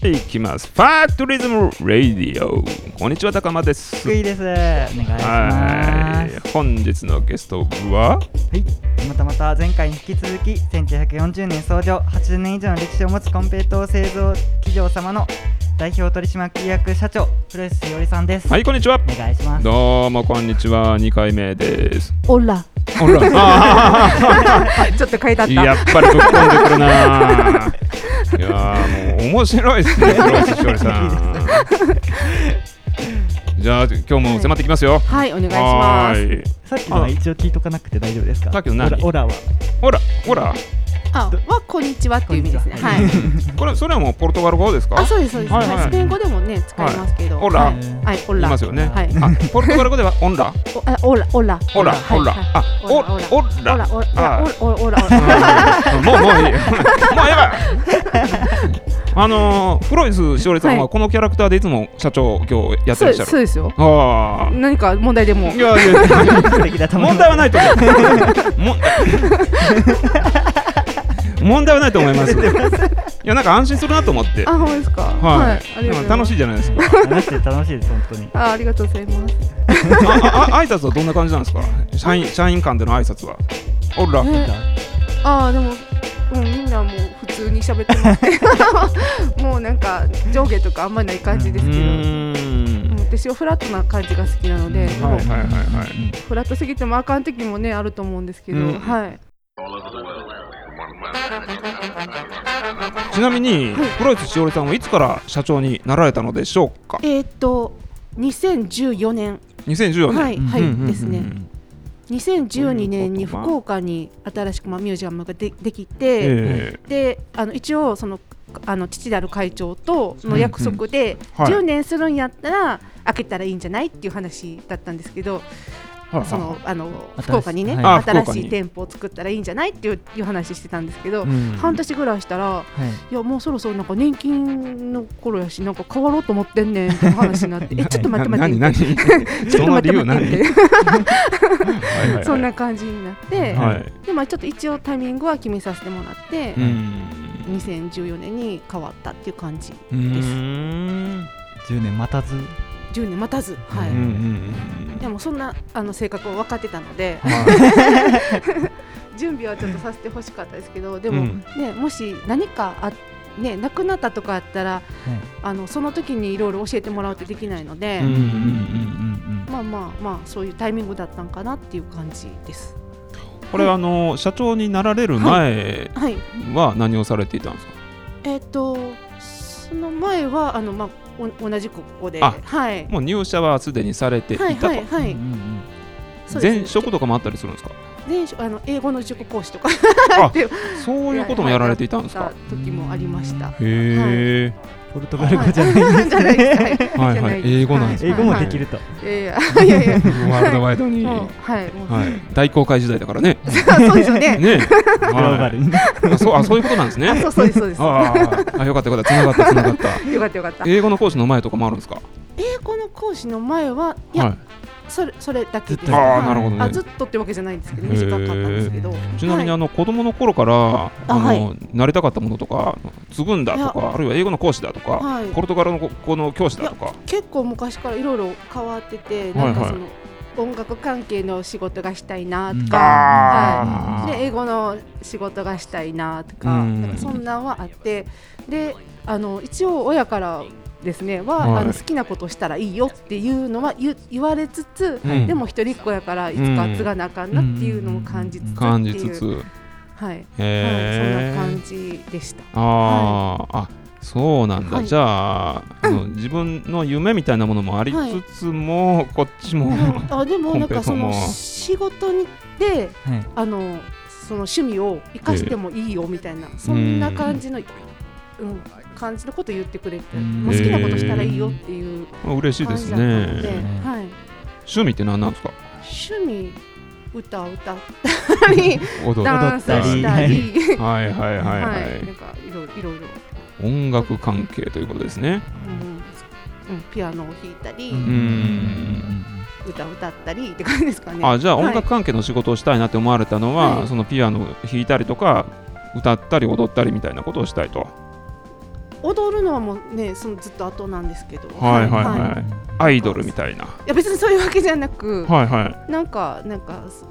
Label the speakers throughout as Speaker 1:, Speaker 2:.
Speaker 1: いきますファクトリズムレディオこんにちは高間です
Speaker 2: 福井です。お願いし
Speaker 1: は
Speaker 2: ます。
Speaker 1: い本日のゲストは
Speaker 2: またまた前回に引き続き、1940年創業、80年以上の歴史を持つコンペイトー製造企業様の代表取締役社長、古吉よりさんです。
Speaker 1: はいこんにちは
Speaker 2: お願いします。
Speaker 1: どうもこんにちは2回目です
Speaker 3: オラ
Speaker 1: ほらあ
Speaker 3: ちょっと書いてあっ
Speaker 1: ー
Speaker 3: た
Speaker 1: やっぱりぶっ込んでくる ないやーもう面白いです ね黒石しおりさんじゃあ今日も迫ってきますよ
Speaker 3: はいお願いし
Speaker 1: は
Speaker 3: ます
Speaker 1: ーい
Speaker 2: さっきのは一応聞いとかなくて大丈夫ですか
Speaker 1: さっきの何
Speaker 2: オラオラは。
Speaker 1: ほらほら
Speaker 3: あはこんにちはっていう意味ですね
Speaker 2: こんにちは
Speaker 3: はい
Speaker 1: これそれはもうポルトガル語ですか
Speaker 3: あそうですそうです
Speaker 1: はい
Speaker 3: はいスペイン語でもね使いますけど
Speaker 1: オラ
Speaker 3: はい
Speaker 2: は
Speaker 3: はいオ
Speaker 1: い
Speaker 3: ラ
Speaker 1: ますよね
Speaker 3: はい
Speaker 1: あポルトガル語ではオンラ
Speaker 3: おあオラオラ
Speaker 1: オラ
Speaker 3: はい
Speaker 1: オラ
Speaker 3: はい
Speaker 1: あオオ
Speaker 3: オ
Speaker 1: ラ
Speaker 3: ラオラい
Speaker 1: あ
Speaker 3: やオラオラオラ
Speaker 1: うんもうもういいもうやばいあのー、フロイスしおりさん
Speaker 3: は
Speaker 1: はいこのキャラクターでいつも社長今日やって
Speaker 3: そ
Speaker 1: ら
Speaker 3: う
Speaker 1: っ
Speaker 3: で
Speaker 1: しゃる
Speaker 3: すそうですよ
Speaker 1: あ
Speaker 3: 何か問題でも
Speaker 1: あいやいや
Speaker 2: 素敵だと思い
Speaker 1: 問
Speaker 2: ま
Speaker 1: 題はないと思うもん問題はないと思いますいやなんか安心するなと思って
Speaker 3: あ本当ですか
Speaker 1: は
Speaker 3: あ
Speaker 1: い、
Speaker 3: り
Speaker 1: な
Speaker 3: がと
Speaker 1: か
Speaker 3: うんございま
Speaker 1: 楽し
Speaker 3: す
Speaker 1: いじゃないですか
Speaker 2: す。話して楽しいです、本当に。
Speaker 3: あありがとうございます
Speaker 1: あああ挨拶はどんな感じなんですか社員社員間での挨拶はオラ
Speaker 3: ねああでもうんみんなもう普通に喋ってます もうなんか上下とかあんまりない感じです
Speaker 1: う
Speaker 3: けどうん
Speaker 1: ーん
Speaker 3: 私はフラットな感じが好きなので
Speaker 1: はいはいはいはい
Speaker 3: フラットすぎてもあかん時もねあると思うんですけど、
Speaker 1: うん
Speaker 3: はい
Speaker 1: ちなみに、黒石しおりさんはいつから社長になられたのでしょうか
Speaker 3: えーっと2014年
Speaker 1: 2014年
Speaker 3: はい、
Speaker 2: うん
Speaker 3: はい
Speaker 1: うんうんうん
Speaker 3: ですね2012年
Speaker 1: とい
Speaker 3: に
Speaker 1: うことは
Speaker 3: 福岡に新しく、まあ、ミュージアムがでできて、
Speaker 1: え
Speaker 3: であの一応そのあの父である会長との約束で、
Speaker 1: うんうんはい
Speaker 3: 10年するんやったら開けたらいいんじゃないっていう話だったんですけど、
Speaker 1: えはい
Speaker 3: そ
Speaker 1: は
Speaker 3: のあの
Speaker 2: 新しい
Speaker 3: 福岡にね、
Speaker 2: はい
Speaker 1: あ福岡
Speaker 3: 新
Speaker 1: に
Speaker 3: しい店舗を作ったらいいんじゃないっていういう話してたんですけ
Speaker 1: い
Speaker 3: ど、
Speaker 1: うん
Speaker 3: 半年ぐらいしたら
Speaker 2: はい。
Speaker 3: いやもうそろそろなんか年金の頃やしなんか変わろうと思ってんねんって話になって えちょっと待って待って
Speaker 1: な
Speaker 3: み
Speaker 1: 何何
Speaker 3: たい なちょっと待って待ってみ
Speaker 1: は
Speaker 3: たい
Speaker 1: いはいは
Speaker 3: ない そんな感じになって、
Speaker 1: はい
Speaker 3: でまあちょっと一応タイミングは決めさせてもらって
Speaker 1: う、ん
Speaker 3: 2014年に変わったっていう感じ
Speaker 1: うーん
Speaker 2: 10年待たず。
Speaker 3: 10年待たずはい、
Speaker 1: うんうんうん
Speaker 3: でもそんなあの性格を分かってたので
Speaker 1: はい
Speaker 3: 準備はちょっとさせてほしかったですけどで
Speaker 1: う
Speaker 3: も、
Speaker 1: ん
Speaker 3: ねもし何かあね亡くなったとかあったら、あのその時にいろいろ教えてもらうってできないので、
Speaker 1: うんうんうんうん
Speaker 3: まあまあまあそういうタイミングだったんかなっていう感じです。
Speaker 1: これあの社長になられる前
Speaker 3: はい。
Speaker 1: は何をされていたんですか
Speaker 3: えっ、とその前はあのまあお同じくここで、
Speaker 1: あ
Speaker 3: はい。
Speaker 1: もう入社はすでにされてい
Speaker 3: は
Speaker 1: た
Speaker 3: いはい
Speaker 1: と
Speaker 3: はい。そうです
Speaker 1: 前職とかもあったりするんですか
Speaker 3: 前職あの英語の塾講師とか
Speaker 1: あ
Speaker 3: で
Speaker 1: そういうこともやられていたんです
Speaker 3: やっ
Speaker 1: か
Speaker 3: た時もありました。
Speaker 1: へえ
Speaker 2: ポルトガル語じゃない。
Speaker 3: じゃないですか。
Speaker 1: はいはい英語なんです
Speaker 2: 英語もできると。
Speaker 3: いやいやいやいや。
Speaker 1: ワ ールドワイドに
Speaker 3: もうはいもう、
Speaker 1: はい、 大航海時代だからね。
Speaker 3: そうですよね。
Speaker 1: ね、
Speaker 2: グローバルに。
Speaker 1: はいあそうあそういうことなんです
Speaker 3: あ
Speaker 1: ね。
Speaker 3: そうそうですそうです。よ
Speaker 1: あーあ、よかったよかった、つながったつなが った。
Speaker 3: かったよかった。
Speaker 1: 英語の講師の前とかもあるんですか。
Speaker 3: 英語の講師の前はいや、
Speaker 1: は
Speaker 3: それそれだけです。
Speaker 1: ずっとあーなるほどね
Speaker 3: あずっとってわけじゃないんですけど
Speaker 1: へー
Speaker 3: 短かったんですけど。
Speaker 1: い。ちなみにあ
Speaker 3: はい
Speaker 1: の子供の頃からあの、
Speaker 3: はい
Speaker 1: なりたかったものとか継ぐんだとかあるいは英語の講師だとか、
Speaker 3: はい
Speaker 1: ポルトガルのここの教師だとか
Speaker 3: 結構昔からいろいろ変わってて、
Speaker 1: はいはい
Speaker 3: なんかその音楽関係の仕事がしたいなと
Speaker 1: あ
Speaker 3: か、
Speaker 1: ー
Speaker 3: で英語の仕事がしたいなと
Speaker 1: う
Speaker 3: か、
Speaker 1: ん
Speaker 3: なんかそんなんはあって、であの一応親からですねは、
Speaker 1: はい
Speaker 3: あの好きなことしたらいいよっていうのは言言われつつ、
Speaker 1: うん
Speaker 3: でも一人っ子やからいつか継がなあかんなっていうのも感じつつっていう、
Speaker 1: 感じつつ、
Speaker 3: はい、はい、
Speaker 1: へ
Speaker 3: そんな感
Speaker 1: え、
Speaker 3: じでした。
Speaker 1: あー、あそうなんだ、
Speaker 3: はい
Speaker 1: じゃああの自分の夢みたいなものもありつつも、こっち も、
Speaker 3: あでも
Speaker 1: コン
Speaker 3: な
Speaker 1: ペ
Speaker 3: んかそ
Speaker 1: も
Speaker 3: の仕事にで
Speaker 2: はい
Speaker 3: あのその趣味を生かしてもいいよみたいな、そんな感じの、うん、感じのこと言ってくれて、
Speaker 2: うん
Speaker 3: もう好きなことしたらいいよっていう
Speaker 1: 嬉しいで
Speaker 3: 感
Speaker 1: す
Speaker 3: じだったの
Speaker 1: ね。
Speaker 3: で、はい、
Speaker 1: 趣味って何なんです か
Speaker 3: 趣味歌を歌った り
Speaker 1: 踊る
Speaker 3: ダンスしたり。
Speaker 1: はいはいはいはい、
Speaker 3: はい、なんかいろいろいろいろ、
Speaker 1: 音楽関係ということですね
Speaker 3: うんうん、ピアノを弾いたり、
Speaker 1: ん
Speaker 3: 歌を歌ったりって感じですかね。
Speaker 1: あじゃあ
Speaker 3: はい
Speaker 1: 音楽関係の仕事をしたいなって思われたのは、
Speaker 3: はい
Speaker 1: そのピアノを弾いたりとか歌ったり踊ったりみたいなことをしたいと
Speaker 3: 踊るのはもうねそのずっと後なんですけど
Speaker 1: はいはいはい、
Speaker 3: はい
Speaker 1: アイドルみたいな。
Speaker 3: いや別にそういうわけじゃなく、
Speaker 1: はいはい。
Speaker 3: なんかなんかす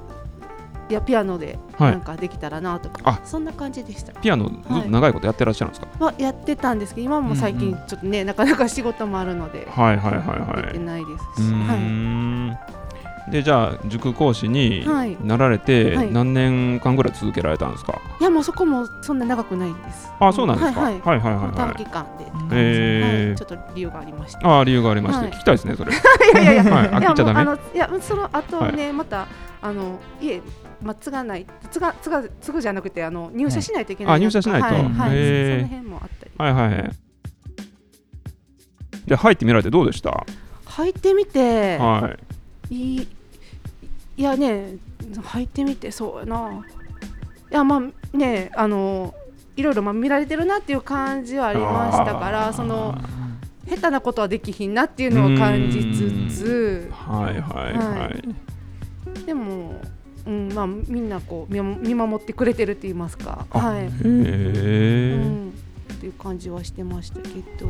Speaker 3: いやピアノで
Speaker 1: はい
Speaker 3: なんかできたらなとか、
Speaker 1: あ
Speaker 3: そんな感じでした、
Speaker 1: ピアノずっと
Speaker 3: はい
Speaker 1: 長いことやってらっしゃるんですか。
Speaker 3: まあ、やってたんですけど今も最
Speaker 2: う
Speaker 3: 近
Speaker 2: ん
Speaker 3: ちょっとね、なかなか仕事もあるので
Speaker 1: はいはいはい
Speaker 3: で
Speaker 1: は
Speaker 3: き
Speaker 1: い。
Speaker 3: ないです
Speaker 1: う
Speaker 3: し、
Speaker 1: ー
Speaker 3: はい、
Speaker 1: ん。でじゃあ塾講師に
Speaker 3: はい
Speaker 1: なられて
Speaker 3: はい
Speaker 1: 何年間ぐらい続けられたんですか。
Speaker 3: いやもうそこもそんな長くないんです
Speaker 1: あそうなんですか。
Speaker 3: は
Speaker 1: はいい
Speaker 3: はい
Speaker 1: はいはい
Speaker 3: 短
Speaker 1: は
Speaker 3: 期間で、
Speaker 2: うん
Speaker 1: えー
Speaker 3: はい、ちょっと理由がありました
Speaker 1: い。ああ理由がありまして
Speaker 3: はい
Speaker 1: 聞きたいですねそれ。
Speaker 3: いやいや いや、
Speaker 1: はいあ
Speaker 3: いや
Speaker 1: 聞いちゃ
Speaker 3: もう
Speaker 1: ダメ。
Speaker 3: あのいやその後ね、またあの家まあ継がない継が継が継ぐじゃなくてあの入社しないといけない、
Speaker 1: はいあ入社しないと
Speaker 3: はいはい
Speaker 1: へー
Speaker 3: その辺もあったり
Speaker 1: はいはいはい。で入ってみられてどうでした。
Speaker 3: 履いてみて
Speaker 1: はい
Speaker 3: いいやね履いてみてそうやないやまあねあのいろいろまあ見られてるなっていう感じはありましたから
Speaker 1: あー
Speaker 3: その下手なことはできひんなっていうのを感じつつ
Speaker 1: い。はいはい
Speaker 3: は
Speaker 1: はい。
Speaker 3: でも、うんまあ、みんなこう見守見守ってくれてるって言いますか、
Speaker 1: あ
Speaker 3: はい
Speaker 1: へ
Speaker 3: う
Speaker 1: え。
Speaker 3: ん、っていう感じはしてましたけど、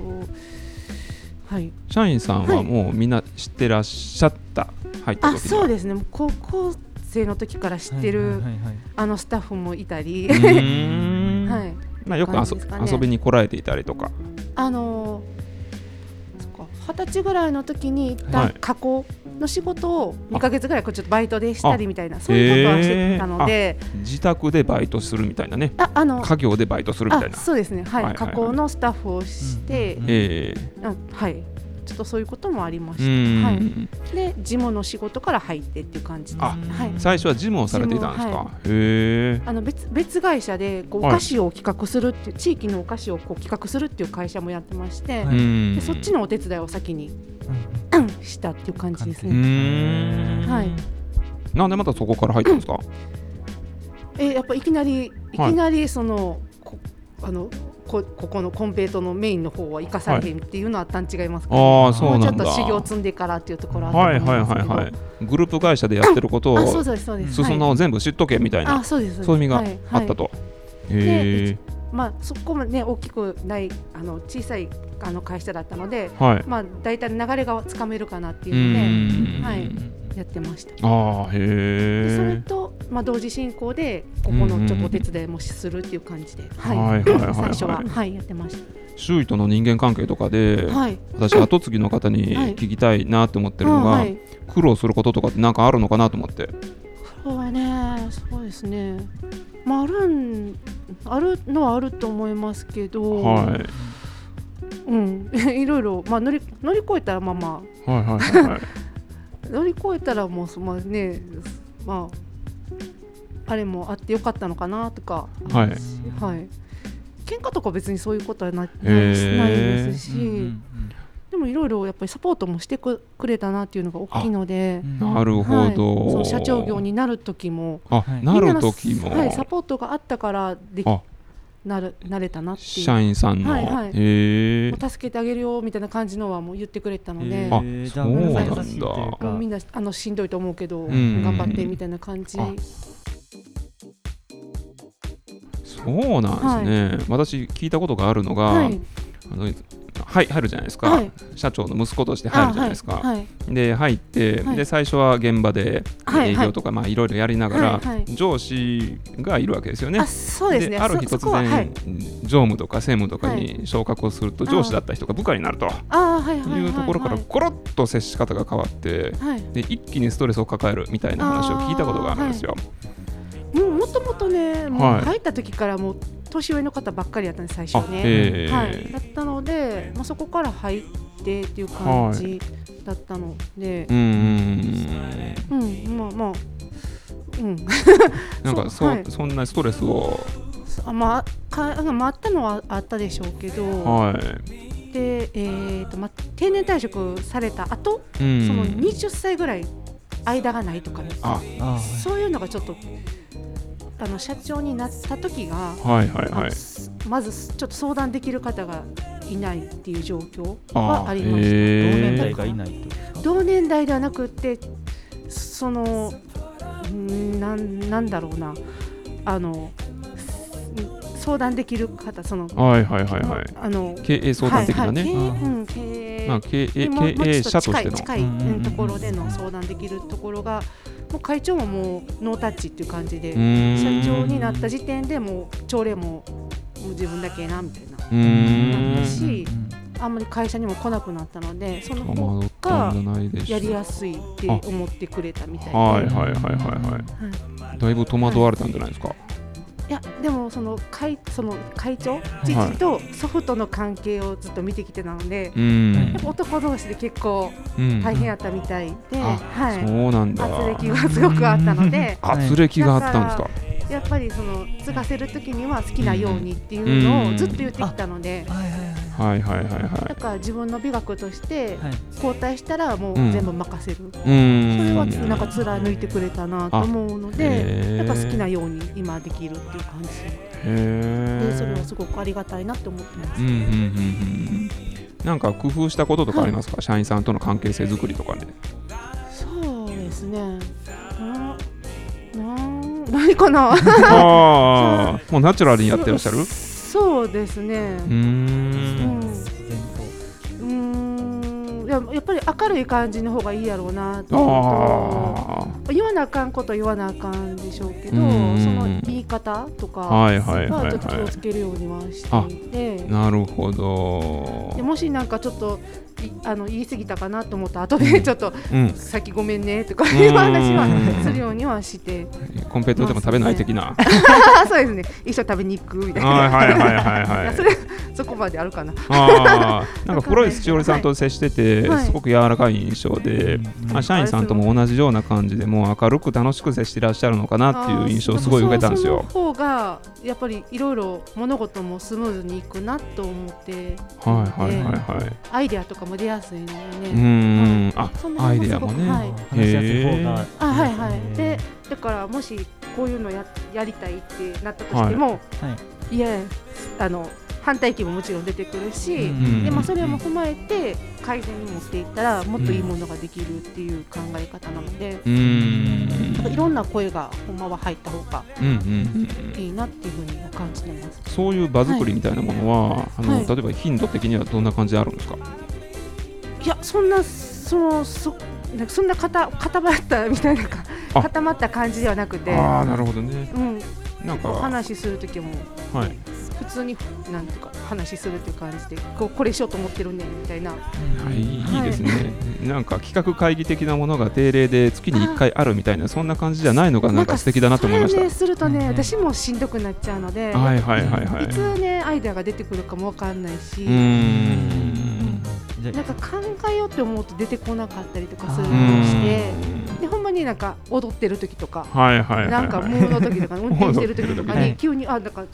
Speaker 3: はい、
Speaker 1: 社員さん
Speaker 3: は
Speaker 1: はいもうみんな知ってらっしゃった、入った時には
Speaker 3: あそうですねもう高校生の時から知ってる、
Speaker 2: はいはいはい
Speaker 3: あのスタッフもいたり、
Speaker 1: う
Speaker 3: は
Speaker 1: ー ん
Speaker 3: い、
Speaker 1: まあよく遊
Speaker 3: 感じですかね
Speaker 1: 遊びに来られていたりとか
Speaker 3: あのーそっか二十歳ぐらいの時に一
Speaker 1: は
Speaker 3: 旦
Speaker 1: い
Speaker 3: 加工の仕事を2か月ぐらいこうちょっとバイトでしたりみたいなそういうことはしてたので、
Speaker 1: 自宅でバイトするみたいなね
Speaker 3: ああの
Speaker 1: 家業でバイトするみたい
Speaker 3: あ
Speaker 1: な
Speaker 3: そうですね、はい
Speaker 1: はいはいはい
Speaker 3: 加工のスタッフをして、
Speaker 2: うんうんうん
Speaker 1: え
Speaker 3: あはいちょっとそういうこともありま
Speaker 1: えう
Speaker 3: し
Speaker 1: ーん、
Speaker 3: はいたで事務の仕事から入ってっていう感じで
Speaker 1: あ
Speaker 3: はい
Speaker 1: 最初は事務をされていたんですか、
Speaker 3: 事
Speaker 1: へえ
Speaker 3: あの別別会社でこうお
Speaker 1: はい
Speaker 3: 菓子を企画するっていう、地域のお菓子をこう企画するっていう会社もやってまして、
Speaker 2: はいう
Speaker 3: で
Speaker 1: ん
Speaker 3: そっちのお手伝いを先にしたっていう感じです
Speaker 1: う
Speaker 3: ね。
Speaker 1: ーん、
Speaker 3: はい
Speaker 1: なんでまたそこから入ったんですか
Speaker 3: えやっぱいきなりいき
Speaker 1: はい
Speaker 3: なりその、こあのこここのコンペイトのメインの方は生かされへんっていうのはあったん違いますか、
Speaker 1: ああそうなんだ
Speaker 3: もうちょっと修行積んでからっていうところはあ
Speaker 1: は
Speaker 3: っ
Speaker 1: い
Speaker 3: たと思
Speaker 1: はい
Speaker 3: います
Speaker 1: は
Speaker 3: け
Speaker 1: い
Speaker 3: ど、
Speaker 1: はいグループ会社でやってること
Speaker 3: あそう
Speaker 1: を
Speaker 3: ですそうです
Speaker 1: 裾野
Speaker 3: はい
Speaker 1: を全部知っとけみたいな、
Speaker 3: あそうですです
Speaker 1: そういう意味が
Speaker 3: はい
Speaker 1: あ
Speaker 3: はい
Speaker 1: ったと、へえ
Speaker 3: まあ、そこもね大きくないあの小さいあの会社だったので、
Speaker 1: はい
Speaker 3: まあ、大体流れがつかめるかなって
Speaker 1: う
Speaker 3: いう
Speaker 1: ーん
Speaker 3: はいのでやってました。
Speaker 1: ああ
Speaker 3: でそれ
Speaker 1: へえ
Speaker 3: と、まあ、同時進行でここのちょっとお手伝いもするっていう感じで、はい
Speaker 1: はいはいはいはい
Speaker 3: 最初は、はい、やってまし
Speaker 1: 周囲との人間関係とかで、
Speaker 3: た。はい、
Speaker 1: 私後継ぎの方に
Speaker 3: はい
Speaker 1: 聞きたいなって思ってるのが、
Speaker 3: うんはい、
Speaker 1: 苦労することとかってなんかあるのかなと思って
Speaker 3: そうはねそうですね、まあ、あるんあるのはあると思いますけど、
Speaker 1: はい
Speaker 3: うん、 いろいろ、まあ、乗り乗り越えたらまあまあ
Speaker 1: はいはいはいはい
Speaker 3: 乗り越えたらもうそまあねまああれもあってよかったのかなとか
Speaker 1: はい
Speaker 3: はい喧嘩とか別にそういうことはなない
Speaker 1: へ
Speaker 3: し
Speaker 1: ー
Speaker 3: ないですし、
Speaker 2: うんうん
Speaker 3: でもいろいろやっぱりサポートもしてくくれたなっていうのが大きいので
Speaker 2: う、ん
Speaker 1: なる
Speaker 3: は
Speaker 1: ほ
Speaker 3: い、
Speaker 1: ど、
Speaker 3: その社長業になる時も
Speaker 1: あ、
Speaker 2: はい
Speaker 1: なる時も
Speaker 3: みんなのはい、サポートがあったからでき
Speaker 1: あ
Speaker 3: なるなれたなっていう
Speaker 1: 社員さんの、
Speaker 3: はいはい
Speaker 1: へえ
Speaker 3: もう助けてあげるよみたいな感じのはもう言ってくれたので、
Speaker 2: え
Speaker 1: あ
Speaker 2: ー
Speaker 1: そ
Speaker 2: じゃ
Speaker 1: う
Speaker 2: あ
Speaker 1: なんだ
Speaker 2: 皆さん優しいというか
Speaker 3: もうみんなあのしんどいと思うけど、
Speaker 1: ん
Speaker 3: 頑張ってみたいな感じ。
Speaker 1: あそうなんですね、私聞いたことがあるのが、
Speaker 3: はい、
Speaker 1: あのはい入るじゃないですか、
Speaker 3: はい
Speaker 1: 社長の息子として入るじゃないですか、
Speaker 3: あはいはい
Speaker 1: で入って、
Speaker 3: はい
Speaker 1: で最初は現場で
Speaker 3: はい
Speaker 1: 営業とか、まあいろいろやりながら、
Speaker 3: はいはい
Speaker 1: 上司がいるわけですよね
Speaker 3: あ。そうですね
Speaker 1: ある日
Speaker 3: そそ
Speaker 1: 突
Speaker 3: こは
Speaker 1: 然、
Speaker 3: はい、
Speaker 1: 常務とか専務とか
Speaker 3: は
Speaker 1: に昇格をすると、
Speaker 3: うん
Speaker 1: 上司だった人が部下になると
Speaker 3: あーはいはいはい
Speaker 1: いうところから
Speaker 3: はい
Speaker 1: コロッと接し方が変わって、
Speaker 3: はい
Speaker 1: で一気にストレスを抱えるみたいな話を聞いたことがあるんですよ。
Speaker 3: もうもともとねも
Speaker 1: は
Speaker 3: う
Speaker 1: い
Speaker 3: 入った時からもう年上の方ばっかりやったんです最初はね、
Speaker 1: ええ
Speaker 3: はい、だったので、まあ、そこから入ってっていう感じだったので、
Speaker 1: うんうん
Speaker 3: うんまあまあうん、
Speaker 1: う ん、なんかそ,、
Speaker 3: そうはい
Speaker 1: そんなストレスを、
Speaker 3: あまあかまああったのはあったでしょうけど、
Speaker 1: はい
Speaker 3: でえーとまあ、定年退職された後、
Speaker 1: うん、
Speaker 3: その20歳ぐらい間がないとかね
Speaker 1: あ
Speaker 2: あー
Speaker 3: そういうのがちょっとあの社長になった時が、
Speaker 1: はいはい
Speaker 3: あ
Speaker 1: は
Speaker 3: の
Speaker 1: い。
Speaker 3: すまずちょっと相談できる方がいないっていう状況
Speaker 1: あ
Speaker 3: はありまし
Speaker 2: 同
Speaker 3: た、
Speaker 1: へ
Speaker 2: 年
Speaker 1: ー
Speaker 2: 代がいないってこと
Speaker 3: 同年代ではなくってそのんなんなんだろうなあのん相談できる方その、
Speaker 1: はいはいはいはい
Speaker 3: あの
Speaker 1: 経営相談的なね、
Speaker 3: はいはい経営
Speaker 1: うん
Speaker 3: うん経営
Speaker 1: まあ、経営
Speaker 3: でも
Speaker 1: 経営者とし
Speaker 3: まあ
Speaker 1: て
Speaker 3: ちょ
Speaker 1: の
Speaker 3: っ近い近い
Speaker 1: うんうんうん
Speaker 3: うんところでの相談できるところがもう会長ももうノータッチっていう感じで
Speaker 1: うーん
Speaker 3: 社長になった時点でもう朝礼ももう自分だけやなみたいな
Speaker 1: うーん
Speaker 3: だしあんまり会社にも来なくなったのでその方
Speaker 1: 戸惑ったんじゃないでしょ
Speaker 3: や
Speaker 1: う
Speaker 3: りやすいって思ってくれたみたいで、
Speaker 1: はい
Speaker 3: は
Speaker 1: はいはいはいはいいだいぶ戸惑われたんじゃないですか
Speaker 3: いやでもその会その会長父と祖父との関係をずっと見てきてなので、
Speaker 1: う
Speaker 2: はい
Speaker 1: ん
Speaker 3: やっぱ男同士で結構
Speaker 1: うん
Speaker 3: 大変やったみたいで、
Speaker 1: あ
Speaker 3: はい
Speaker 1: そうなんだ
Speaker 3: 圧力がすごくあったので
Speaker 1: 圧力があったんですか
Speaker 3: やっぱりその継がせる時には好きなようにっていうのをずっと言ってきたので、
Speaker 2: はいはい
Speaker 1: はいはいはいは
Speaker 3: だから自分の美学として
Speaker 2: はいはい
Speaker 3: 交代したらもう
Speaker 1: うん
Speaker 3: 全部任せる、
Speaker 1: いうーん
Speaker 3: それはなんか貫いてくれたなと思うので、
Speaker 1: へー
Speaker 3: やっぱ好きなように今できるっていう感じでそれは
Speaker 1: へ
Speaker 3: すごくありがたいなって思ってま
Speaker 1: え
Speaker 3: す。
Speaker 1: うんうんうんうんなんか工夫したこととかありますか社員さんとの関係性づくりとかで
Speaker 3: そうですねななん何かな
Speaker 1: あ あもうナチュラルにやってらっしゃるう
Speaker 3: そうですね、
Speaker 1: ーん
Speaker 3: うん
Speaker 2: 前方
Speaker 3: うーんいややっぱり明るい感じの方がいいやろうなっていうの
Speaker 1: あ
Speaker 3: と言わなあかんこと言わなあかんでしょうけど
Speaker 1: う
Speaker 3: そ
Speaker 1: ん
Speaker 3: の言い方とか
Speaker 1: あ
Speaker 3: は
Speaker 1: はいはい
Speaker 3: ち
Speaker 1: はい
Speaker 3: ょっと気を
Speaker 1: は
Speaker 3: つけるようにはしていて
Speaker 1: いなるほど
Speaker 3: でもしなんかちょっといあの言い過ぎたかなと思った後でちょっと
Speaker 1: うん
Speaker 3: 先ごめんねとかいう話
Speaker 1: うん
Speaker 3: はするようにはして
Speaker 1: コンペイトーでも食べない的な
Speaker 3: あそうですね一緒に食べに行くみたいな、
Speaker 1: はいはいはいはい
Speaker 3: い
Speaker 1: は
Speaker 3: や
Speaker 1: い
Speaker 3: それそこまであるかな
Speaker 1: あーなんか黒い土織さんと接してて、
Speaker 3: はい
Speaker 1: すごく柔らかい印象で、まあ、社員さんとも同じような感じでもう明るく楽しく接してらっしゃるのかなっていう印象をすごい受けたんですよ
Speaker 3: あー。そうその方がやっぱりいろいろ物事もスムーズにいくなと思って
Speaker 1: はいはいはいはい。
Speaker 3: アイデアとかも出やすいので
Speaker 1: う
Speaker 3: ね、
Speaker 1: ーん、あ
Speaker 3: その
Speaker 1: アイ
Speaker 3: 辺
Speaker 1: デア
Speaker 3: すご
Speaker 1: も
Speaker 3: く
Speaker 1: ね。
Speaker 3: はい
Speaker 2: 話しやすい方が
Speaker 3: あはいはいでだからもしこういうのややりたいってなったとしても、、
Speaker 2: はい
Speaker 3: やあの反対意見ももちろん出てくるし、
Speaker 2: うん
Speaker 1: うん
Speaker 3: でまあ、それも踏まえて改善に持っていったらもっといいものができるっていう考え方なので、
Speaker 1: うーん、
Speaker 3: いろんな声がほんまは入った方が
Speaker 1: うんうんうんうん。
Speaker 3: いいなっていうふうには感じてます。
Speaker 1: そういう場作りみたいなものは、あの
Speaker 3: はい
Speaker 1: 例えば頻度的にはどんな感じであるんですか。
Speaker 3: いやそんなそのそなんかそんな固固まったみたいなか
Speaker 1: あ
Speaker 3: 固まった感じではなくて、
Speaker 1: ああ、なるほどね。
Speaker 3: うん、
Speaker 1: なんか、
Speaker 3: お
Speaker 1: はい、
Speaker 3: 話しする時も
Speaker 1: はい
Speaker 3: 普通になんていうか話しするっていう感じでこうこれしようと思ってるねみたいな
Speaker 1: いいですね、なんか企画会議的なものが定例で月に1回あるみたいな、そんな感じじゃないのが、なんか素敵だなと思いまし
Speaker 3: そ
Speaker 1: た
Speaker 3: れ。ねすると
Speaker 2: うん
Speaker 3: ね
Speaker 2: うん
Speaker 3: 私もしんどくなっちゃうので、
Speaker 1: はいはいはいはい。
Speaker 3: いつねアイデアが出てくるかもわかんないし、
Speaker 1: うーん。
Speaker 2: じゃ
Speaker 3: なんか考えようって思うと出てこなかったりとかする
Speaker 1: う
Speaker 2: う
Speaker 1: ー
Speaker 3: の
Speaker 1: ん
Speaker 3: をしてでほんまになんか踊ってる時とか
Speaker 1: はいはいはいはい。
Speaker 3: なんかムーの 時とか運転してる時とか
Speaker 2: はい
Speaker 3: に急にあなんか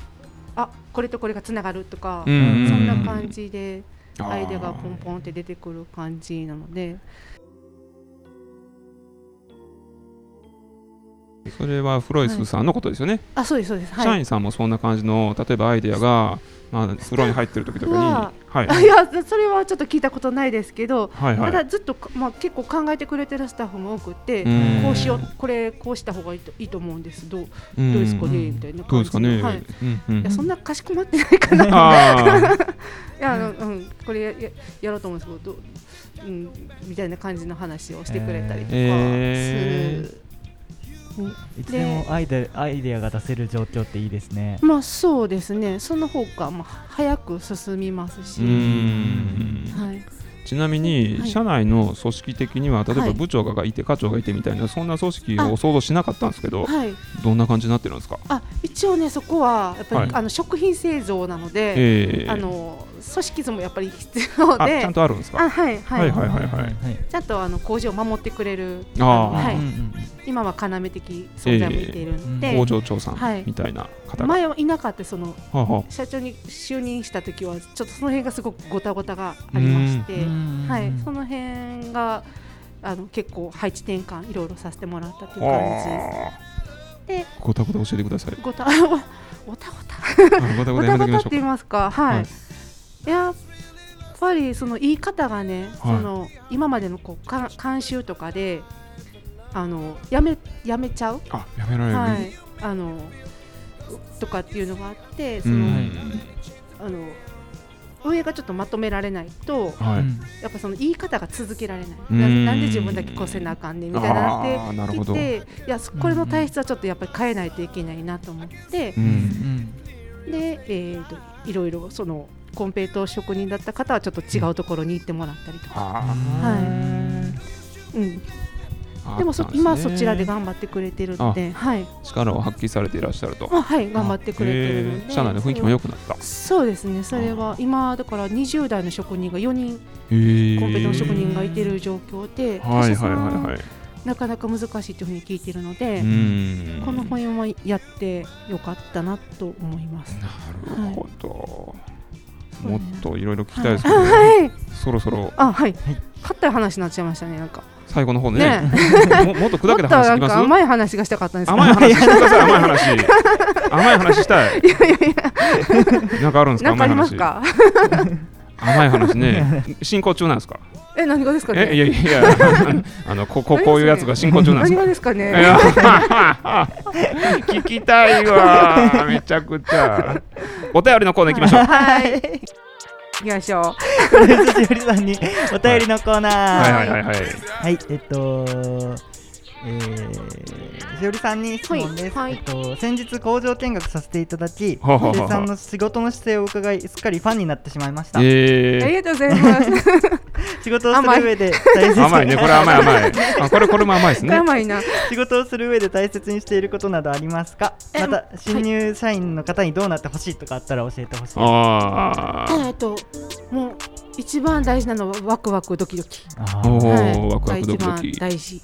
Speaker 3: あこれとこれがつながるとか、
Speaker 1: うんうんうん
Speaker 3: そんな感じで
Speaker 1: あー
Speaker 3: アイデアがポンポンって出てくる感じなので
Speaker 1: それはフロイスさんのことですよね。
Speaker 3: あそうですそうです
Speaker 1: 社
Speaker 3: はい
Speaker 1: 員さんもそんな感じの例えばアイデアがまあ風呂に入ってる時とかに、
Speaker 3: う
Speaker 1: は
Speaker 3: わ
Speaker 1: い
Speaker 3: あいやそれはちょっと聞いたことないですけど、
Speaker 1: はい
Speaker 3: た
Speaker 1: は
Speaker 3: だ
Speaker 1: い。
Speaker 3: ずっとか、まあ、結構考えてくれてるスタッフも多くて、
Speaker 1: うん
Speaker 3: こうしようこれこうした方がいいといいと思うんですどう
Speaker 1: う
Speaker 3: ど
Speaker 1: ん
Speaker 3: うですか
Speaker 1: ど
Speaker 3: ね、
Speaker 2: うん
Speaker 3: みたいな
Speaker 1: う
Speaker 3: 感
Speaker 1: です
Speaker 3: じ
Speaker 1: か
Speaker 3: で
Speaker 1: ね。
Speaker 3: はい、い
Speaker 1: うんうん
Speaker 3: やそんなかしこまってないかな、い
Speaker 1: あー
Speaker 3: やあの、うん、これやややろうと思うんですけどどう、うん、みたいな感じの話をしてくれたりとかする、
Speaker 1: えー
Speaker 2: あいつでもアイデアアイデアが出せる状況っていいですね。
Speaker 3: まあそうですねその方が、まあ、早く進みますし、
Speaker 1: うん
Speaker 3: はい、
Speaker 1: ちなみに、
Speaker 3: はい
Speaker 1: 社内の組織的には例え
Speaker 3: は
Speaker 1: ば
Speaker 3: い
Speaker 1: 部長がいて課長がいてみたいなそんな組織を想像しなかったんですけど
Speaker 3: はい、
Speaker 1: どんな感じになってるんですか、
Speaker 3: あ一応ねそこはやっぱり、
Speaker 1: はい
Speaker 3: あの食品製造なので、
Speaker 1: えー
Speaker 3: あの組織図もやっぱり必要
Speaker 1: あ
Speaker 3: で
Speaker 1: ちゃんとあるんです
Speaker 3: あ
Speaker 1: か
Speaker 3: はいはい、
Speaker 1: はいはいはいはい
Speaker 2: い。
Speaker 3: ちゃんとあの工場を守ってくれる
Speaker 1: あー
Speaker 3: のは
Speaker 1: う
Speaker 3: い
Speaker 2: うん、うん
Speaker 3: 今は要的存在もいているんで、
Speaker 2: ええ
Speaker 1: 工場長さ
Speaker 3: は
Speaker 1: ん
Speaker 3: い
Speaker 1: みたいな方が、
Speaker 3: 前はいなかったその
Speaker 1: はあはあ
Speaker 3: 社長に就任した時はちょっとその辺がすごくごたごたがありまして、
Speaker 2: うん
Speaker 3: はい、そ
Speaker 2: の
Speaker 3: の辺があの結構配置転換いろいろさせてもらったっていう感
Speaker 1: あ
Speaker 3: じで
Speaker 1: ーごたごた教えてくださ
Speaker 3: 。
Speaker 1: い
Speaker 3: ごたごた
Speaker 1: あごた
Speaker 3: ご
Speaker 1: ご
Speaker 3: た
Speaker 1: たや
Speaker 3: ごた
Speaker 1: め
Speaker 3: ご
Speaker 1: ときましてょう
Speaker 3: たっ言い
Speaker 1: か。
Speaker 3: ますかはい、
Speaker 1: はい
Speaker 3: やっぱりその言い方がね、
Speaker 1: はい
Speaker 3: その今までのこうか慣習とかであのやめやめちゃう
Speaker 1: あ、やめられる。
Speaker 3: はい、あのうとかっていうのがあってそ
Speaker 1: うん
Speaker 3: の、
Speaker 2: はい
Speaker 3: あの運営がちょっとまとめられないと
Speaker 1: はい、
Speaker 2: うん
Speaker 3: やっぱその言い方が続けられない
Speaker 1: うん
Speaker 3: ななんで自分だけこせなあかんねんみたいに
Speaker 1: あ
Speaker 3: な
Speaker 1: ー
Speaker 3: っ
Speaker 1: な
Speaker 3: て
Speaker 1: るほ
Speaker 3: き
Speaker 1: ど
Speaker 3: ていやそこれの体質はちょっとやっぱり変えないといけないなと思って
Speaker 1: う、ん
Speaker 3: で、えー、といろいろそのコンペイトー職人だった方はちょっと違うところに行ってもらったりとか、
Speaker 1: あ
Speaker 3: うん、
Speaker 1: ー
Speaker 3: でも
Speaker 1: あ
Speaker 3: そ
Speaker 1: ったんすね
Speaker 3: 今はそちらで頑張ってくれてる
Speaker 1: あ
Speaker 3: ってはい、
Speaker 1: 力を発揮されていらっしゃると
Speaker 3: まあ、はい頑張ってくれてるの
Speaker 1: へー
Speaker 3: で
Speaker 1: 社内の雰囲気も良くなったへ
Speaker 3: そうですねそれは今だから20代の職人が4人
Speaker 1: え
Speaker 3: コンペイトー職人がいてる状況で、
Speaker 1: はい
Speaker 3: 私そ
Speaker 1: はい
Speaker 3: の
Speaker 1: はいはい
Speaker 3: なかなか難しいというふうに聞いてるので、
Speaker 1: うん
Speaker 3: この
Speaker 1: なる
Speaker 3: 本はやってよかったなと思います。
Speaker 1: ほど、
Speaker 3: はい
Speaker 1: もっといろいろ聞きたいですけど、
Speaker 3: はい、
Speaker 1: そろそろ
Speaker 3: あはい、
Speaker 2: はい
Speaker 3: 勝った話になっちゃいましたねなんか。
Speaker 1: 最後の方ね
Speaker 3: ね
Speaker 1: ももっと砕
Speaker 3: もっ
Speaker 1: け
Speaker 3: と
Speaker 1: た話
Speaker 3: ない
Speaker 1: き
Speaker 3: ん
Speaker 1: ます
Speaker 3: か甘い話がしたかったんですけど
Speaker 1: 甘い話してください甘い話甘い話したいなんかあるんですか
Speaker 3: なんか
Speaker 1: 甘
Speaker 3: あ
Speaker 1: い
Speaker 3: りま
Speaker 1: 話
Speaker 3: すか？
Speaker 1: 甘い話ね進行中なんですか
Speaker 3: え何がですかね？
Speaker 1: えいやいやあのあのこここういうやつが進行中なんです
Speaker 3: 何
Speaker 1: か
Speaker 3: がですか
Speaker 1: い
Speaker 3: ね？
Speaker 1: や聞きたい わめちゃくちゃお便りのコーナー行きましょう
Speaker 3: はい。行きましょう。
Speaker 2: これ辻織さんにお便りのコーナー
Speaker 1: はいはいはいはい
Speaker 2: はい、えっと、えー、しおりさんに質問です、
Speaker 3: はいはい
Speaker 2: えっと。先日工場見学させていただき、
Speaker 1: はあはあはあ
Speaker 2: しおりさんの仕事の姿勢を伺い、すっかりファンになってしまいました。
Speaker 3: あり
Speaker 1: え
Speaker 3: がとうございます。
Speaker 2: 仕事をする上で大切
Speaker 1: ー、 甘いねこれ甘い 甘いあこれこれも甘いですね
Speaker 3: 甘いな。
Speaker 2: 仕事をする上で大切にしていることなどありますか
Speaker 3: え
Speaker 2: また、新入社員の方にどうなってほしいとかあったら教えてほしいです。
Speaker 1: あー
Speaker 3: えっともう一番大事なのはワクワクドキドキ。
Speaker 2: あ
Speaker 1: お
Speaker 2: ー
Speaker 1: ー
Speaker 3: はい
Speaker 1: ワクワクドキド
Speaker 3: が
Speaker 1: キ
Speaker 3: 一番大事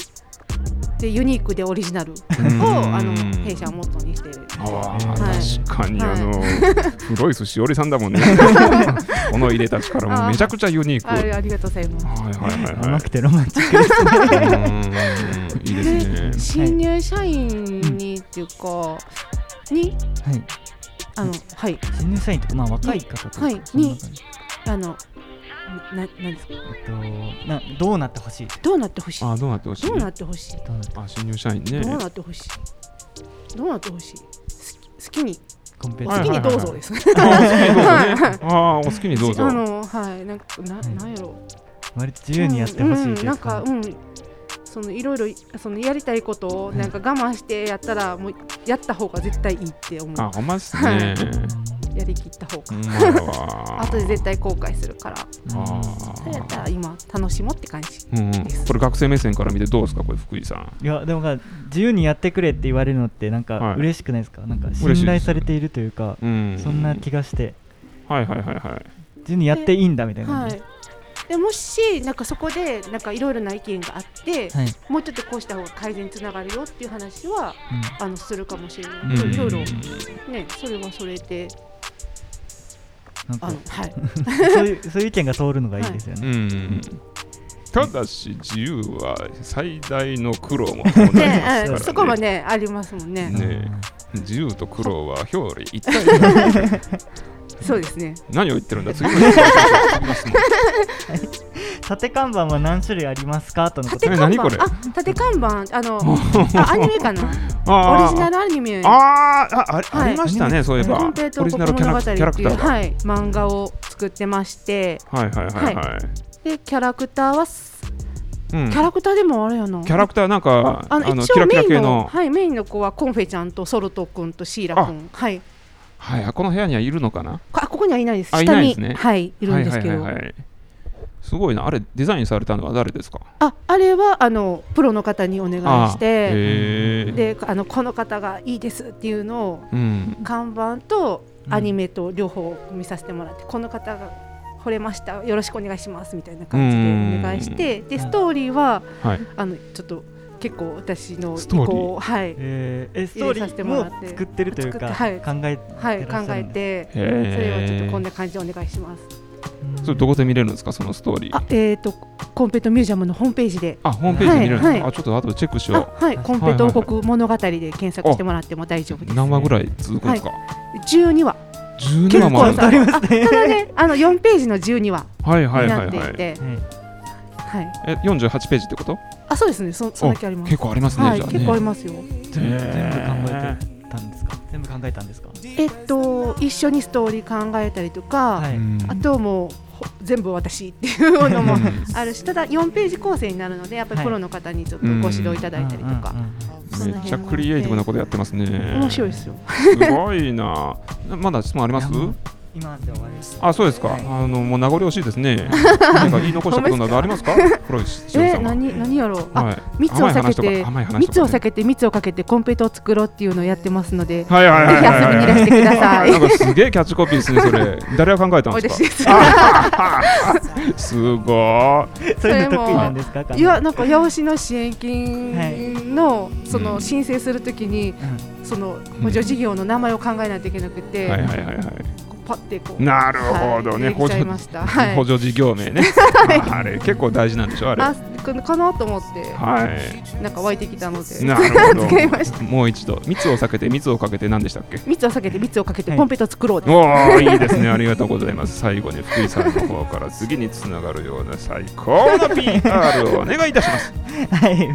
Speaker 3: でユニークでオリジナルを
Speaker 1: うん
Speaker 3: あの弊社をモットーにしている
Speaker 1: あ
Speaker 3: はい
Speaker 1: ー確かに、
Speaker 3: はい
Speaker 1: あの 黒い寿司おりさんだもんねこの入れたちからもうめちゃくちゃユニーク
Speaker 3: あありがとうございます
Speaker 1: はいはいはいは
Speaker 2: 甘
Speaker 1: い
Speaker 2: くてロマンチックです。
Speaker 1: うーんいいですね
Speaker 3: で新入社員にっていうかに
Speaker 2: はい、
Speaker 3: あのはい
Speaker 2: 新入社員とか、まあ、若い方とか、
Speaker 3: はい
Speaker 2: そんな感じ
Speaker 3: あのななんですか
Speaker 2: えっとな、どうなってほしい
Speaker 3: どうなってほしい
Speaker 1: あどうなってほしい
Speaker 3: どうなってほしい
Speaker 2: どうなって
Speaker 1: あ新入社員ね
Speaker 3: ど うなってほしいどうなってほしい好き好きに
Speaker 2: コンペイト
Speaker 1: はい
Speaker 3: 好
Speaker 1: はい
Speaker 3: き
Speaker 1: はい
Speaker 3: にどうぞです
Speaker 1: ああお好きにどうぞ
Speaker 3: あ
Speaker 1: あの
Speaker 3: のはいなんかななんやろう
Speaker 2: 割と自由にやってほしいと
Speaker 3: うん
Speaker 2: いう
Speaker 3: なんか
Speaker 2: か、
Speaker 3: うんそのいろいろそのやりたいことをなんか我慢してやったらもうやった方が絶対いいって思う
Speaker 1: あほんまっすね
Speaker 3: やりきった方
Speaker 1: ほ
Speaker 3: が
Speaker 1: んまやわ
Speaker 3: 後で絶対後悔するから
Speaker 1: あ
Speaker 3: それやった
Speaker 1: ー
Speaker 3: ら今楽しもうって感じ
Speaker 1: うんうんこれ学生目線から見てどうですかこれ福井さん
Speaker 2: いやでもなんか自由にやってくれって言われるのってなん
Speaker 1: は
Speaker 2: か
Speaker 1: い
Speaker 2: 嬉しくないですか、なんか
Speaker 1: しいです
Speaker 2: 信頼されているというか、
Speaker 1: うん
Speaker 2: そんな気がして
Speaker 1: はいはいはいはい
Speaker 2: 自由にやっていいんだみたいな、
Speaker 3: はいでもしなんかそこでなんかいろいろな意見があって、
Speaker 2: はい
Speaker 3: もうちょっとこうした方が改善につながるよっていう話はあのするかもしれ
Speaker 1: う
Speaker 3: なんいけどいろいろねそれはそれで
Speaker 2: うん、なん
Speaker 3: あ
Speaker 2: か
Speaker 3: のはい
Speaker 2: そういうそういう意見が通るのがいいですよ
Speaker 1: う
Speaker 2: ね、
Speaker 1: んただし自由は最大の苦労も伴います か
Speaker 3: ね
Speaker 1: ら
Speaker 3: うん
Speaker 1: ね
Speaker 3: そこもねありますもんね
Speaker 1: ね自由と苦労は表裏一体
Speaker 3: そうですね
Speaker 1: 何を言ってるんだ次の 質問次の質問
Speaker 2: 縦看板は何種類ありますかとのこと
Speaker 3: 縦看
Speaker 1: 何
Speaker 3: 板
Speaker 1: これ
Speaker 3: あ縦看板あの あアニメかな
Speaker 1: あー
Speaker 3: オリジナルアニメ
Speaker 1: あーああれ、
Speaker 3: は
Speaker 1: あ
Speaker 3: い
Speaker 1: りましたね、そういえば。
Speaker 3: コ
Speaker 1: オ
Speaker 3: ンペイトー
Speaker 1: リジナルキャ
Speaker 3: 物語
Speaker 1: ラ
Speaker 3: っ
Speaker 1: キ
Speaker 3: てい
Speaker 1: ャラクタ
Speaker 3: う、
Speaker 1: ーが。はい、
Speaker 3: はい、漫画を作ってまして
Speaker 1: はい、はい、はい。
Speaker 3: でキャラクターはす
Speaker 1: うん、
Speaker 3: キ
Speaker 1: キ
Speaker 3: ャラクターでもあれやな
Speaker 1: ャラクター、なんか、あ
Speaker 3: あの
Speaker 1: の、
Speaker 3: 一
Speaker 1: キ
Speaker 3: 応
Speaker 1: ラキ
Speaker 3: メ
Speaker 1: ラ
Speaker 3: イン
Speaker 1: 系
Speaker 3: の
Speaker 1: の。
Speaker 3: はい、メインの子はコンフェちゃんとソルト君とシーラ君はい
Speaker 1: はい、あこの部屋にはいるのかな。
Speaker 3: あここにはいないです
Speaker 1: あ
Speaker 3: 下に
Speaker 1: いないですね
Speaker 3: はいいるんですけど、
Speaker 1: はい、はい、はいはい。すごいな、あれ、デザインされたのは誰ですか。
Speaker 3: ああれはあのプロの方にお願い
Speaker 1: あ
Speaker 3: し
Speaker 1: ー
Speaker 3: て
Speaker 1: へー
Speaker 3: であのこの方がいいですっていうのを
Speaker 1: うん。
Speaker 3: 看板とアニメと両方見させてもらって、この方が惚れましたよろしくお願いしますみたいな感じでお願いしてでストーリーは
Speaker 1: はい。
Speaker 3: あのちょっと結構私の
Speaker 1: ストーリー
Speaker 3: をはい、
Speaker 2: えーえス
Speaker 3: 入
Speaker 2: トー
Speaker 3: れ
Speaker 2: リ
Speaker 3: させて
Speaker 2: ー
Speaker 3: もら
Speaker 2: も
Speaker 3: って
Speaker 2: 作ってるというか、
Speaker 3: 作って
Speaker 2: 考え
Speaker 3: はい、考え
Speaker 2: て
Speaker 3: てそれはちょっとこん
Speaker 1: へえ。
Speaker 3: な感じでお願いします。
Speaker 1: それ、どこで見れるんですか、そのストーリ
Speaker 3: あ
Speaker 1: ー。
Speaker 3: えっ、とコンペイトミュージアムのホームページで。
Speaker 1: あ、ホームページで見れるんです
Speaker 3: はい
Speaker 1: か。
Speaker 3: は
Speaker 1: あ、
Speaker 3: い
Speaker 1: ちょっと後でチェックし
Speaker 3: あ
Speaker 1: よ
Speaker 3: はい、コンペイト王国物語で検索してもらっても大丈夫で
Speaker 1: う。
Speaker 3: す。
Speaker 1: 何話ぐらい続くんですか。
Speaker 3: 12話。
Speaker 1: 十二
Speaker 2: 結
Speaker 1: 話もある
Speaker 2: 構
Speaker 1: んです
Speaker 2: あ
Speaker 1: か。
Speaker 2: りますね
Speaker 3: ただね、あの4ページの12話
Speaker 1: はい、はい、
Speaker 3: に
Speaker 1: は、
Speaker 3: ないっていて、
Speaker 1: はい。
Speaker 3: はい。
Speaker 1: え、四十八ページってこと。
Speaker 3: あ、そうですね。そそんだけあります。
Speaker 1: 結構ありますね、
Speaker 3: はい、
Speaker 1: じゃあね。
Speaker 3: 結構ありますよ。
Speaker 2: 全部全部考
Speaker 1: へ
Speaker 2: えてたんですか全部考考えたんですか
Speaker 3: えっと一緒にストーリー考えたりとか、
Speaker 2: はい
Speaker 1: うん
Speaker 3: あともうほ全部私っていう のも
Speaker 1: うん
Speaker 3: あるし、ただ4ページ構成になるので、やっぱりプロの方にちょっとご指導いただいたりと
Speaker 2: うん
Speaker 3: か、
Speaker 2: うんうんうん
Speaker 3: そ
Speaker 1: め
Speaker 3: の辺は
Speaker 1: っちゃクリエイティブなことやってますね。
Speaker 3: 面白いですよ。
Speaker 1: すごいな。まだ質問あります
Speaker 2: いやもう今で終わりです
Speaker 1: あ、そうですか。
Speaker 2: はい
Speaker 1: あのもう名残惜しいですね。 なんか言い残したことなどありますか？黒石しおり
Speaker 3: え
Speaker 1: さんは。
Speaker 3: 何何やろう、あ
Speaker 1: い
Speaker 3: 密を避け
Speaker 1: 甘い話とか
Speaker 3: て密を
Speaker 1: 甘い話
Speaker 3: 避
Speaker 1: とかね
Speaker 3: けて密をかけてコンペイトを作ろうっていうのをやってますので、
Speaker 1: はいはいはいはいはい。
Speaker 3: ぜひ遊びにいらしてください
Speaker 1: なんかすげえキャッチコピーですねそれ。 誰が考えたんですか
Speaker 3: 私？です。
Speaker 1: すご
Speaker 2: そういうの得意なんですか
Speaker 3: いやなんか八尾市の支援金の、そ
Speaker 1: うん
Speaker 3: の申請するときに
Speaker 2: うん
Speaker 3: その補助事業の名前を考えないといけなく
Speaker 1: い。
Speaker 3: て、
Speaker 1: はいはいはいはい。
Speaker 3: こうパってこう
Speaker 1: なるほどね。
Speaker 3: はい、
Speaker 1: 補
Speaker 3: 補
Speaker 1: 助
Speaker 3: 助ました。はい。
Speaker 1: 補助事業名ね。あれ結構大事なんでしょあれ。
Speaker 3: あこのかなと思って
Speaker 1: はい。
Speaker 3: なんか湧いてきたので、
Speaker 1: なるほど。
Speaker 3: 使いまし
Speaker 1: もう一度密を避けて密をかけて何でしたっけ？
Speaker 3: 密を避けて密をかけて
Speaker 2: はい
Speaker 3: コンペイトを作ろうです。
Speaker 1: お おいいですねありがとうございます最後に福井さんの方から次につながるような最高の PR をお願いいたします
Speaker 2: はい、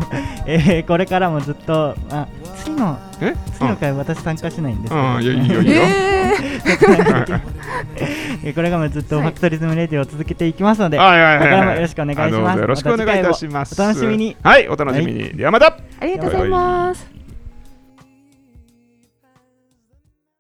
Speaker 2: えーこれからもずっと、あ、次の、
Speaker 1: え
Speaker 2: 次の回、私参加しないんですけど、
Speaker 1: うんうんいやいいよいいよ
Speaker 3: えー、
Speaker 2: えーこれからもずっとファクトリズムレディオを続けていきますので、
Speaker 1: はいはい
Speaker 2: これ
Speaker 1: は
Speaker 2: か
Speaker 1: いは
Speaker 2: らも
Speaker 1: い
Speaker 2: よろしくお願いし
Speaker 1: あどう
Speaker 2: ま
Speaker 1: ぞ
Speaker 2: す。
Speaker 1: よろしくお願いいたします
Speaker 2: お楽しみに。
Speaker 1: はいお楽しみに、ではまた
Speaker 3: ありがとうございます。